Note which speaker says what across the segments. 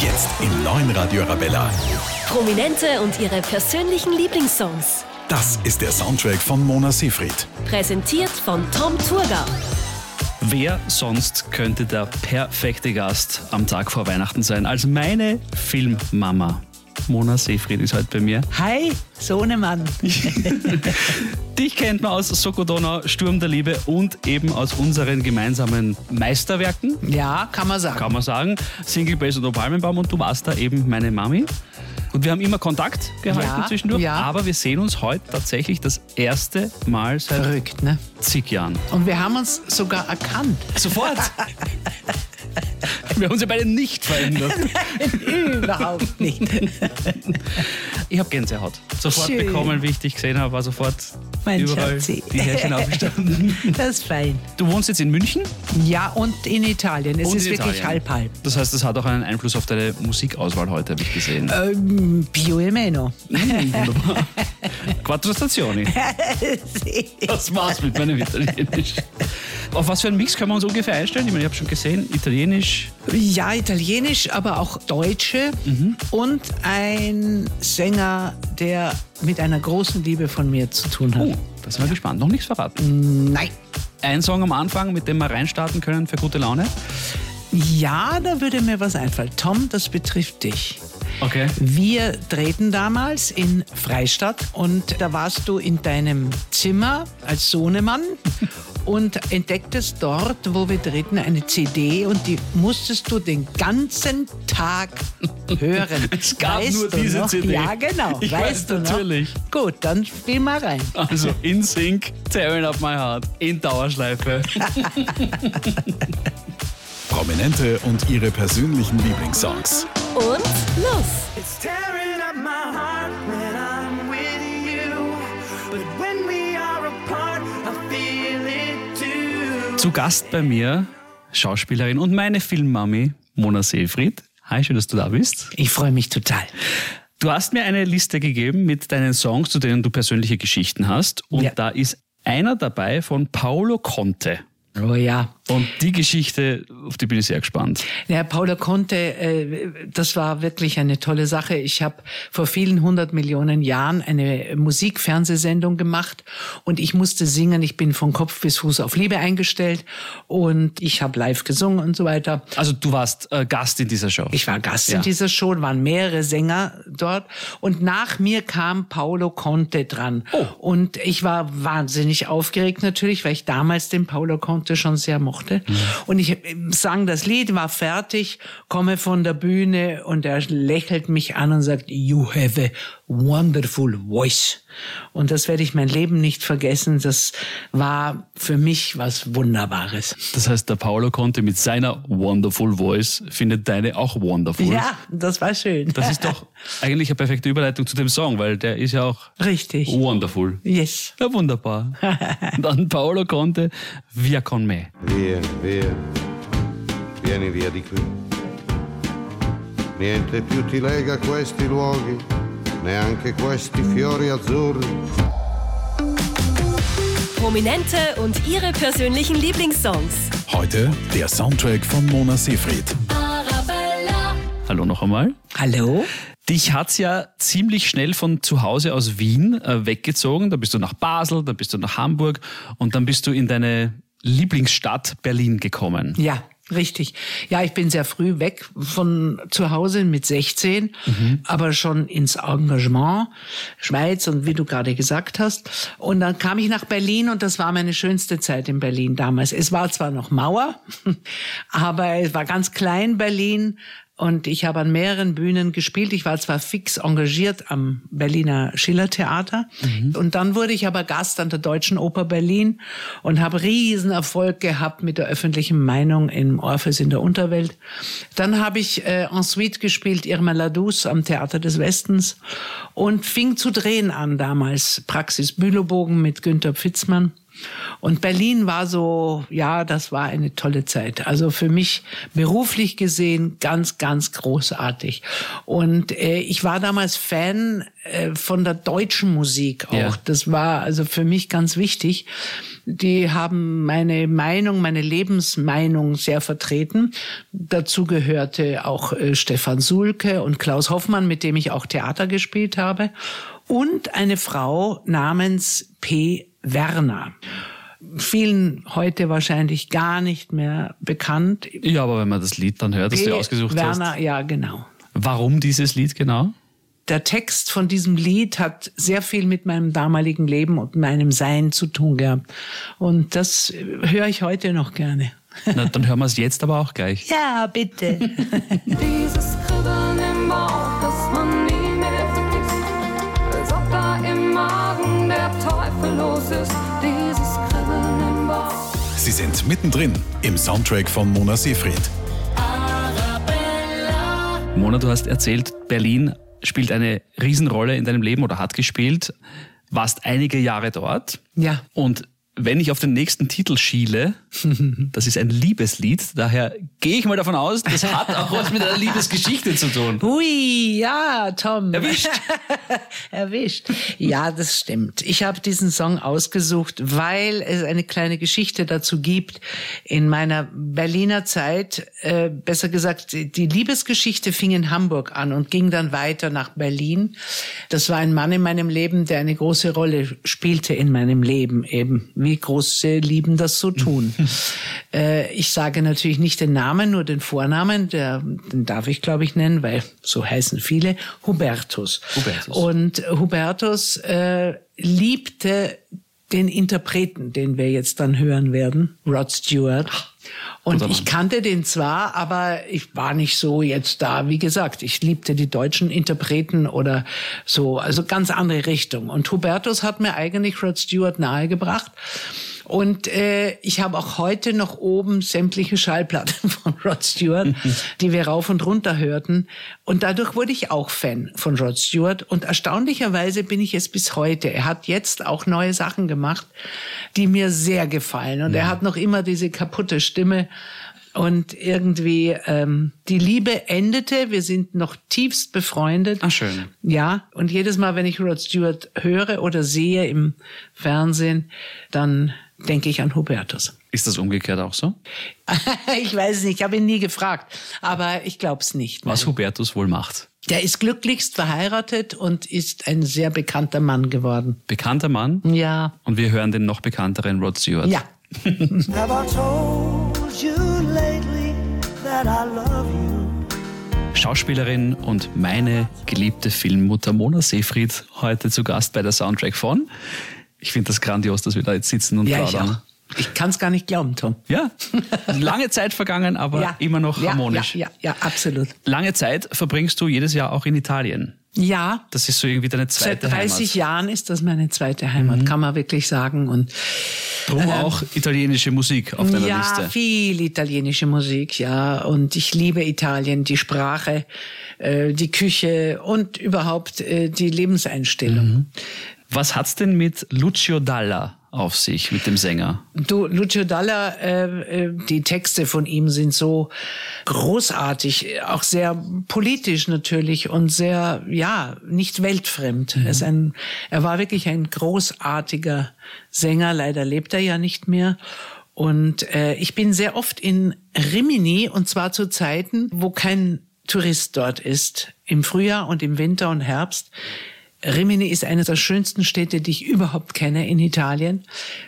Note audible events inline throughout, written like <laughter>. Speaker 1: Jetzt im neuen Radio Arabella.
Speaker 2: Prominente und ihre persönlichen Lieblingssongs.
Speaker 1: Das ist der Soundtrack von Mona Siegfried.
Speaker 2: Präsentiert von Tom Thurgau.
Speaker 3: Wer sonst könnte der perfekte Gast am Tag vor Weihnachten sein als meine Filmmama? Mona Seefried ist heute bei mir.
Speaker 4: Hi, Sohnemann.
Speaker 3: Dich kennt man aus Sokodonau, Sturm der Liebe und eben aus unseren gemeinsamen Meisterwerken,
Speaker 4: Ja, kann man sagen.
Speaker 3: kann man sagen. Single Bass und O Palmenbaum und du warst da eben meine Mami. Und wir haben immer Kontakt gehalten
Speaker 4: Ja,
Speaker 3: zwischendurch,
Speaker 4: ja.
Speaker 3: aber wir sehen uns heute tatsächlich das erste Mal seit
Speaker 4: Verrückt, ne?
Speaker 3: zig Jahren.
Speaker 4: Und wir haben uns sogar erkannt.
Speaker 3: Sofort! <laughs> wir haben uns ja beide nicht verändert.
Speaker 4: <laughs> Überhaupt nicht. <laughs>
Speaker 3: Ich habe Gänsehaut. Sofort
Speaker 4: Schön.
Speaker 3: bekommen, wie ich dich gesehen habe, war sofort
Speaker 4: Mein
Speaker 3: überall
Speaker 4: Schatzi.
Speaker 3: die Härchen aufgestanden.
Speaker 4: <laughs> Das ist fein.
Speaker 3: Du wohnst jetzt in München?
Speaker 4: Ja, und in Italien. Es
Speaker 3: und
Speaker 4: ist
Speaker 3: in
Speaker 4: wirklich
Speaker 3: Italien.
Speaker 4: halb halb.
Speaker 3: Das heißt, das hat auch einen Einfluss auf deine Musikauswahl heute, habe ich gesehen.
Speaker 4: Ähm, più e meno.
Speaker 3: Hm,
Speaker 4: <laughs>
Speaker 3: wunderbar. Quattro Stazioni. Das war's mit meinem Italienisch. Auf was für einen Mix können wir uns ungefähr einstellen? Ich meine, ich habe schon gesehen, Italienisch.
Speaker 4: Ja, italienisch, aber auch deutsche.
Speaker 3: Mhm.
Speaker 4: Und ein Sänger, der mit einer großen Liebe von mir zu tun hat.
Speaker 3: Oh, da sind wir gespannt. Noch nichts
Speaker 4: Hm.
Speaker 3: verraten.
Speaker 4: Nein.
Speaker 3: Ein Song am Anfang, mit dem wir reinstarten können für gute Laune.
Speaker 4: Ja, da würde mir was einfallen. Tom, das betrifft dich.
Speaker 3: Okay.
Speaker 4: Wir drehten damals in Freistadt und da warst du in deinem Zimmer als Sohnemann und entdecktest dort, wo wir drehten, eine CD und die musstest du den ganzen Tag hören.
Speaker 3: <laughs> Es gab nur
Speaker 4: du
Speaker 3: diese
Speaker 4: noch?
Speaker 3: CD. <laughs>
Speaker 4: Ja, genau.
Speaker 3: Ich
Speaker 4: weißt
Speaker 3: weiß
Speaker 4: du noch?
Speaker 3: natürlich.
Speaker 4: Gut, dann spiel mal rein.
Speaker 3: Also in Sync, Tearing Up My Heart, in Dauerschleife.
Speaker 1: Prominente und ihre persönlichen Lieblingssongs.
Speaker 2: Und los!
Speaker 5: It's tearing up my heart when I'm with you. But when we are apart, I feel it
Speaker 3: <laughs>
Speaker 5: too.
Speaker 3: Zu Gast bei mir Schauspielerin und meine Filmmami Mona Seefried. Hi, schön, dass du da bist.
Speaker 4: Ich freue mich total.
Speaker 3: Du hast mir eine Liste gegeben mit deinen Songs, zu denen du persönliche Geschichten hast. Und
Speaker 4: Ja.
Speaker 3: da ist einer dabei von Paolo Conte.
Speaker 4: Oh ja,
Speaker 3: Und die Geschichte, auf die bin ich sehr gespannt.
Speaker 4: Ja, Paolo Conte, äh, das war wirklich eine tolle Sache. Ich habe vor vielen hundert Millionen Jahren eine Musikfernsehsendung gemacht und ich musste singen. Ich bin von Kopf bis Fuß auf Liebe eingestellt und ich habe live gesungen und so weiter.
Speaker 3: Also du warst äh, Gast in dieser Show.
Speaker 4: Ich war Gast
Speaker 3: Ja.
Speaker 4: in dieser Show, waren mehrere Sänger dort und nach mir kam Paolo Conte dran.
Speaker 3: Oh.
Speaker 4: Und ich war wahnsinnig aufgeregt natürlich, weil ich damals den Paolo Conte schon sehr mochte.
Speaker 3: Mhm.
Speaker 4: Und ich äh, sang das Lied, war fertig, komme von der Bühne und er lächelt mich an und sagt, you have a wonderful voice. Und das werde ich mein Leben nicht vergessen. Das war für mich was Wunderbares.
Speaker 3: Das heißt, der Paolo Conte mit seiner Wonderful Voice findet deine auch wonderful.
Speaker 4: Ja, das war schön.
Speaker 3: Das ist doch eigentlich eine perfekte Überleitung zu dem Song, weil der ist ja auch
Speaker 4: <laughs> Richtig.
Speaker 3: Oh. wonderful.
Speaker 4: Yes.
Speaker 3: Ja, wunderbar. <laughs> Dann Paolo Conte, Via con me.
Speaker 6: Via, via, vieni via di qui. Niente più ti lega a questi luoghi, neanche questi fiori azzurri.
Speaker 2: Prominente und ihre persönlichen Lieblingssongs.
Speaker 1: Heute der Soundtrack von Mona Siegfried.
Speaker 2: Arabella.
Speaker 3: Hallo noch einmal.
Speaker 4: Hallo?
Speaker 3: Dich hat's ja ziemlich schnell von zu Hause aus Wien äh, weggezogen. Da bist du nach Basel, dann bist du nach Hamburg und dann bist du in deine Lieblingsstadt Berlin gekommen.
Speaker 4: Ja, richtig. Ja, ich bin sehr früh weg von zu Hause mit 16, aber schon ins Engagement, Schweiz und wie du gerade gesagt hast. Und dann kam ich nach Berlin und das war meine schönste Zeit in Berlin damals. Es war zwar noch Mauer, <laughs> aber es war ganz klein Berlin. Und ich habe an mehreren Bühnen gespielt. Ich war zwar fix engagiert am Berliner Schillertheater und dann wurde ich aber Gast an der Deutschen Oper Berlin und habe riesen Erfolg gehabt mit der öffentlichen Meinung im Orpheus in der Unterwelt. Dann habe ich äh, Ensuite gespielt, Irma Ladus am Theater des Westens und fing zu drehen an damals. Praxis Bülowbogen mit Günther Pfitzmann. Und Berlin war so, ja, das war eine tolle Zeit. Also für mich beruflich gesehen ganz, ganz großartig. Und äh, ich war damals Fan äh, von der deutschen Musik auch.
Speaker 3: Ja.
Speaker 4: Das war also für mich ganz wichtig. Die haben meine Meinung, meine Lebensmeinung sehr vertreten. Dazu gehörte auch äh, Stefan Sulke und Klaus Hoffmann, mit dem ich auch Theater gespielt habe. Und eine Frau namens P. Werner. Vielen heute wahrscheinlich gar nicht mehr bekannt.
Speaker 3: Ja, aber wenn man das Lied dann hört, das
Speaker 4: P.
Speaker 3: du ausgesucht
Speaker 4: Werner,
Speaker 3: hast.
Speaker 4: ja, genau.
Speaker 3: Warum dieses Lied genau?
Speaker 4: Der Text von diesem Lied hat sehr viel mit meinem damaligen Leben und meinem Sein zu tun gehabt. Und das äh, höre ich heute noch gerne.
Speaker 3: Na, dann hören wir es jetzt aber auch gleich.
Speaker 4: Ja, bitte.
Speaker 7: Dieses Kribbeln im Bauch, das man nie mehr vergisst, als ob da im Magen der Teufel los ist. Dieses Kribbeln im Bauch.
Speaker 1: Sie sind mittendrin im Soundtrack von Mona Seefried.
Speaker 3: Mona, du hast erzählt, Berlin spielt eine Riesenrolle in deinem Leben oder hat gespielt, warst einige Jahre dort.
Speaker 4: Ja.
Speaker 3: Und wenn ich auf den nächsten Titel
Speaker 4: <laughs>
Speaker 3: schiele, das ist ein Liebeslied, daher gehe ich mal davon aus, das hat auch was mit einer Liebesgeschichte zu tun.
Speaker 4: Hui, ja, Tom.
Speaker 3: Erwischt.
Speaker 4: <laughs> Erwischt. Ja, das stimmt. Ich habe diesen Song ausgesucht, weil es eine kleine Geschichte dazu gibt. In meiner Berliner Zeit, äh, besser gesagt, die Liebesgeschichte fing in Hamburg an und ging dann weiter nach Berlin. Das war ein Mann in meinem Leben, der eine große Rolle spielte in meinem Leben eben, wie große Lieben das so tun. äh, ich sage natürlich nicht den Namen, nur den Vornamen, der, den darf ich glaube ich nennen, weil so heißen viele, Hubertus.
Speaker 3: Hubertus.
Speaker 4: Und Hubertus äh, liebte den Interpreten, den wir jetzt dann hören werden, Rod Stewart. Und
Speaker 3: Guter Mann.
Speaker 4: ich kannte den zwar, aber ich war nicht so jetzt da. Wie gesagt, ich liebte die deutschen Interpreten oder so, also ganz andere Richtung. Und Hubertus hat mir eigentlich Rod Stewart nahegebracht. Und äh, ich habe auch heute noch oben sämtliche Schallplatten <laughs> von Rod Stewart, die wir rauf und runter hörten. Und dadurch wurde ich auch Fan von Rod Stewart. Und erstaunlicherweise bin ich es bis heute. Er hat jetzt auch neue Sachen gemacht, die mir sehr gefallen. Und er hat noch immer diese kaputte Stimme. Und irgendwie ähm, die Liebe endete. Wir sind noch tiefst befreundet.
Speaker 3: Ah, schön.
Speaker 4: Ja, und jedes Mal, wenn ich Rod Stewart höre oder sehe im Fernsehen, dann denke ich an Hubertus. <laughs>
Speaker 3: Ist das umgekehrt auch so?
Speaker 4: ich weiß es nicht, ich habe ihn nie gefragt, aber ich glaube es nicht.
Speaker 3: Was Hubertus wohl macht.
Speaker 4: Der ist glücklichst verheiratet und ist ein sehr bekannter Mann geworden.
Speaker 3: Bekannter Mann
Speaker 4: Ja.
Speaker 3: und wir hören den noch bekannteren Rod Stewart.
Speaker 4: Mhm. Ja.
Speaker 5: Have I told you lately that I love you?
Speaker 3: Schauspielerin und meine geliebte Filmmutter Mona Seefried heute zu Gast bei der Soundtrack von. Ich finde das grandios, dass wir da jetzt sitzen und
Speaker 4: Ja, ich
Speaker 3: plaudern.
Speaker 4: auch. Ich kann es gar nicht glauben, Tom.
Speaker 3: Ja, <laughs> lange Zeit vergangen, aber
Speaker 4: ja.
Speaker 3: immer noch
Speaker 4: ja,
Speaker 3: harmonisch.
Speaker 4: Ja, ja, ja, absolut.
Speaker 3: Lange Zeit verbringst du jedes Jahr auch in Italien.
Speaker 4: Ja,
Speaker 3: Das ist so irgendwie deine zweite
Speaker 4: Seit 30
Speaker 3: Heimat.
Speaker 4: Jahren ist das meine zweite Heimat,
Speaker 3: Mhm.
Speaker 4: kann man wirklich sagen. Und
Speaker 3: Drum auch italienische Musik auf deiner
Speaker 4: Ähm, ja,
Speaker 3: Liste.
Speaker 4: viel italienische Musik, ja. Und ich liebe Italien, die Sprache, äh, die Küche und überhaupt äh, die Lebenseinstellung.
Speaker 3: Was hat's denn mit Lucio Dalla auf sich, mit dem Sänger?
Speaker 4: Du, Lucio Dalla, äh, äh, die Texte von ihm sind so großartig, auch sehr politisch natürlich und sehr, ja, nicht weltfremd. Er, ist ein, er war wirklich ein großartiger Sänger, leider lebt er ja nicht mehr. Und äh, ich bin sehr oft in Rimini und zwar zu Zeiten, wo kein Tourist dort ist, im Frühjahr und im Winter und Herbst. Rimini ist eine der schönsten Städte, die ich überhaupt kenne in Italien.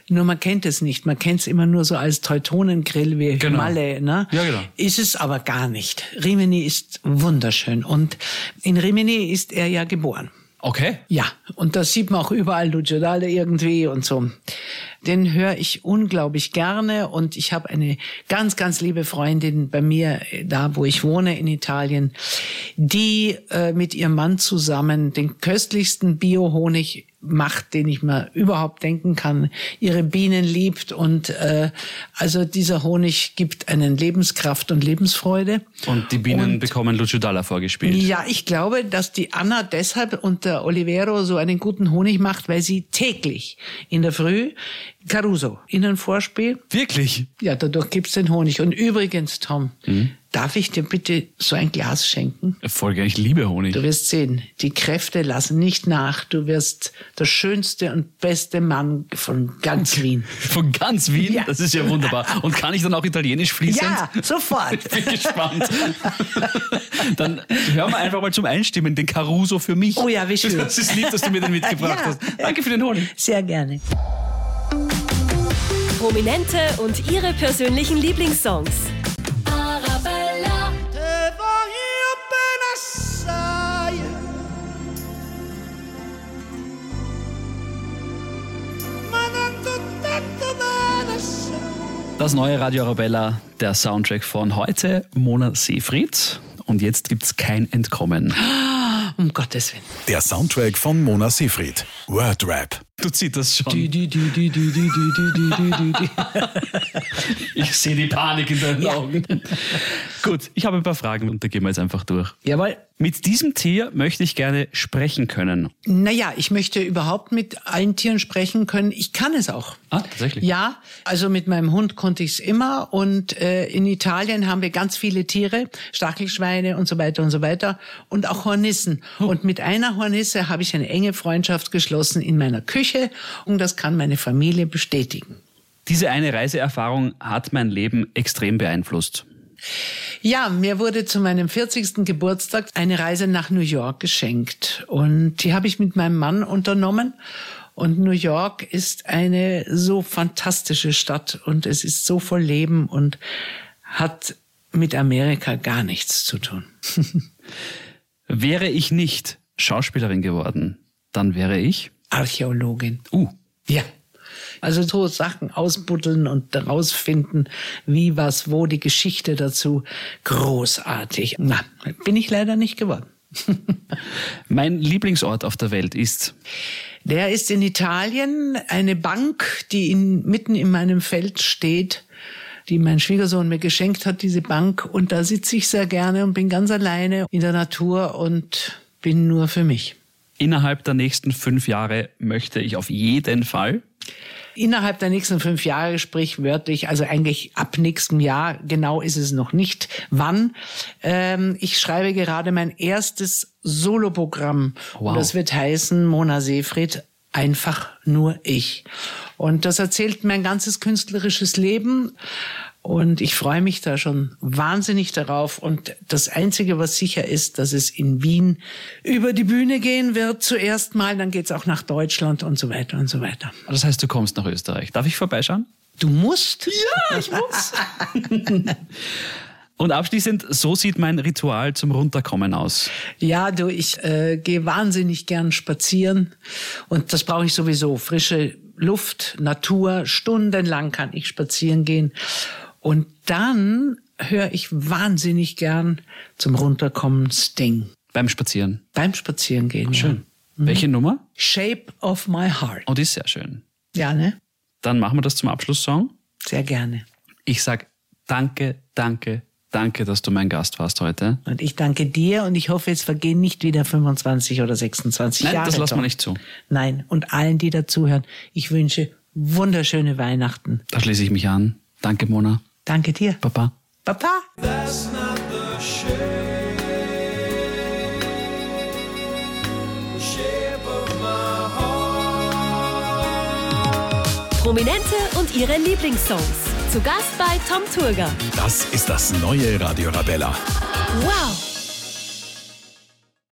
Speaker 4: Nur man kennt es nicht. Man kennt es immer nur so als Teutonengrill wie
Speaker 3: Genau.
Speaker 4: Malle. Ne?
Speaker 3: Ja, genau.
Speaker 4: Ist es aber gar nicht. Rimini ist wunderschön. Und in Rimini ist er ja geboren.
Speaker 3: Okay.
Speaker 4: Ja, und das sieht man auch überall, Lucio Dalla irgendwie und so. Den höre ich unglaublich gerne und ich habe eine ganz, ganz liebe Freundin bei mir, äh, da wo ich wohne in Italien, die äh, mit ihrem Mann zusammen den köstlichsten Bio-Honig macht, den ich mir überhaupt denken kann, ihre Bienen liebt und äh, also dieser Honig gibt einen Lebenskraft und Lebensfreude.
Speaker 3: Und die Bienen bekommen Lucio Dalla vorgespielt.
Speaker 4: Ja, ich glaube, dass die Anna deshalb unter Olivero so einen guten Honig macht, weil sie täglich in der Früh Caruso in ein Vorspiel.
Speaker 3: Wirklich?
Speaker 4: Ja, dadurch gibt's den Honig. Und übrigens, Tom, darf ich dir bitte so ein Glas schenken?
Speaker 3: Voll gerne, ich liebe Honig.
Speaker 4: Du wirst sehen, die Kräfte lassen nicht nach. Du wirst der schönste und beste Mann von ganz Wien.
Speaker 3: Von ganz Wien?
Speaker 4: Ja.
Speaker 3: Das ist ja wunderbar. Und kann ich dann auch Italienisch fließend?
Speaker 4: Ja, <laughs> sofort.
Speaker 3: Ich <laughs> bin gespannt. <laughs> Dann hören wir einfach mal zum Einstimmen den Caruso für mich.
Speaker 4: Oh ja, wie schön. <laughs>
Speaker 3: Das ist lieb, dass du mir den mitgebracht
Speaker 4: Ja.
Speaker 3: hast. Danke für den Honig.
Speaker 4: Sehr gerne.
Speaker 2: Prominente und ihre persönlichen Lieblingssongs.
Speaker 7: Arabella,
Speaker 5: Te voglio bene assai Ma tanto, tanto bene assai
Speaker 3: Das neue Radio Arabella, der Soundtrack von heute, Mona Seefried. Und jetzt gibt's kein Entkommen.
Speaker 4: Um Gottes Willen.
Speaker 1: Der Soundtrack von Mona Seefried. Word Rap.
Speaker 3: Du ziehst das
Speaker 4: Du,
Speaker 3: schon.
Speaker 4: du, du, du, du, du, du, du, du, du, du.
Speaker 3: Ich sehe die Panik in deinen
Speaker 4: Ja.
Speaker 3: Augen. Gut, ich habe ein paar Fragen und da gehen wir jetzt einfach durch.
Speaker 4: Jawohl.
Speaker 3: Mit diesem Tier möchte ich gerne sprechen können.
Speaker 4: Naja, ich möchte überhaupt mit allen Tieren sprechen können. Ich kann es auch.
Speaker 3: Ah, tatsächlich?
Speaker 4: Ja, also mit meinem Hund konnte ich es immer. Und äh, in Italien haben wir ganz viele Tiere, Stachelschweine und so weiter und so weiter. Und auch Hornissen. Und mit einer Hornisse habe ich eine enge Freundschaft geschlossen in meiner Küche. Und das kann meine Familie bestätigen.
Speaker 3: Diese eine Reiseerfahrung hat mein Leben extrem beeinflusst.
Speaker 4: Ja, mir wurde zu meinem 40. Geburtstag eine Reise nach New York geschenkt. Und die habe ich mit meinem Mann unternommen. Und New York ist eine so fantastische Stadt und es ist so voll Leben und hat mit Amerika gar nichts zu tun.
Speaker 3: Wäre ich nicht Schauspielerin geworden, dann wäre ich.
Speaker 4: Archäologin.
Speaker 3: Uh,
Speaker 4: Ja. Also so Sachen ausbuddeln und herausfinden, wie, was, wo, die Geschichte dazu. Großartig. Na, bin ich leider nicht geworden. <laughs>
Speaker 3: mein Lieblingsort auf der Welt ist.
Speaker 4: Der ist in Italien eine Bank, die in, mitten in meinem Feld steht, die mein Schwiegersohn mir geschenkt hat, diese Bank. Und da sitze ich sehr gerne und bin ganz alleine in der Natur und bin nur für mich.
Speaker 3: Innerhalb der nächsten fünf Jahre möchte ich auf jeden Fall.
Speaker 4: Innerhalb der nächsten fünf Jahre, sprich wörtlich, also eigentlich ab nächstem Jahr, genau ist es noch nicht, wann. Ähm, ich schreibe gerade mein erstes Soloprogramm.
Speaker 3: Wow.
Speaker 4: Und das wird heißen Mona Seefried, einfach nur ich. Und das erzählt mein ganzes künstlerisches Leben. Und ich freue mich da schon wahnsinnig darauf. Und das Einzige, was sicher ist, dass es in Wien über die Bühne gehen wird zuerst mal, dann geht's auch nach Deutschland und so weiter und so weiter.
Speaker 3: Das heißt, du kommst nach Österreich. Darf ich vorbeischauen?
Speaker 4: Du musst?
Speaker 3: Ja, ich muss. Und abschließend, so sieht mein Ritual zum Runterkommen aus.
Speaker 4: <laughs> Ja, du, ich äh, gehe wahnsinnig gern spazieren und das brauche ich sowieso. Frische Luft, Natur, stundenlang kann ich spazieren gehen. Und dann höre ich wahnsinnig gern zum Runterkommen Sting.
Speaker 3: Beim Spazieren.
Speaker 4: Beim Spazierengehen. Schön.
Speaker 3: Welche Nummer?
Speaker 4: Ja. Shape of my heart.
Speaker 3: Oh, die ist sehr schön.
Speaker 4: Ja, ne?
Speaker 3: Dann machen wir das zum Abschlusssong.
Speaker 4: Sehr gerne.
Speaker 3: Ich sag danke, danke, danke, dass du mein Gast warst heute.
Speaker 4: Und ich danke dir und ich hoffe, es vergehen nicht wieder 25 oder 26
Speaker 3: Nein,
Speaker 4: Jahre.
Speaker 3: das lassen wir
Speaker 4: Tom.
Speaker 3: nicht zu.
Speaker 4: Nein, und allen, die dazuhören, ich wünsche wunderschöne Weihnachten.
Speaker 3: Da schließe ich mich an. Danke, Mona.
Speaker 4: Danke dir.
Speaker 3: Baba.
Speaker 4: Papa.
Speaker 5: That's not the shape The shape of my heart
Speaker 2: Prominente und ihre Lieblingssongs. Zu Gast bei Tom Turger.
Speaker 1: Das ist das neue Radio Arabella.
Speaker 2: Wow!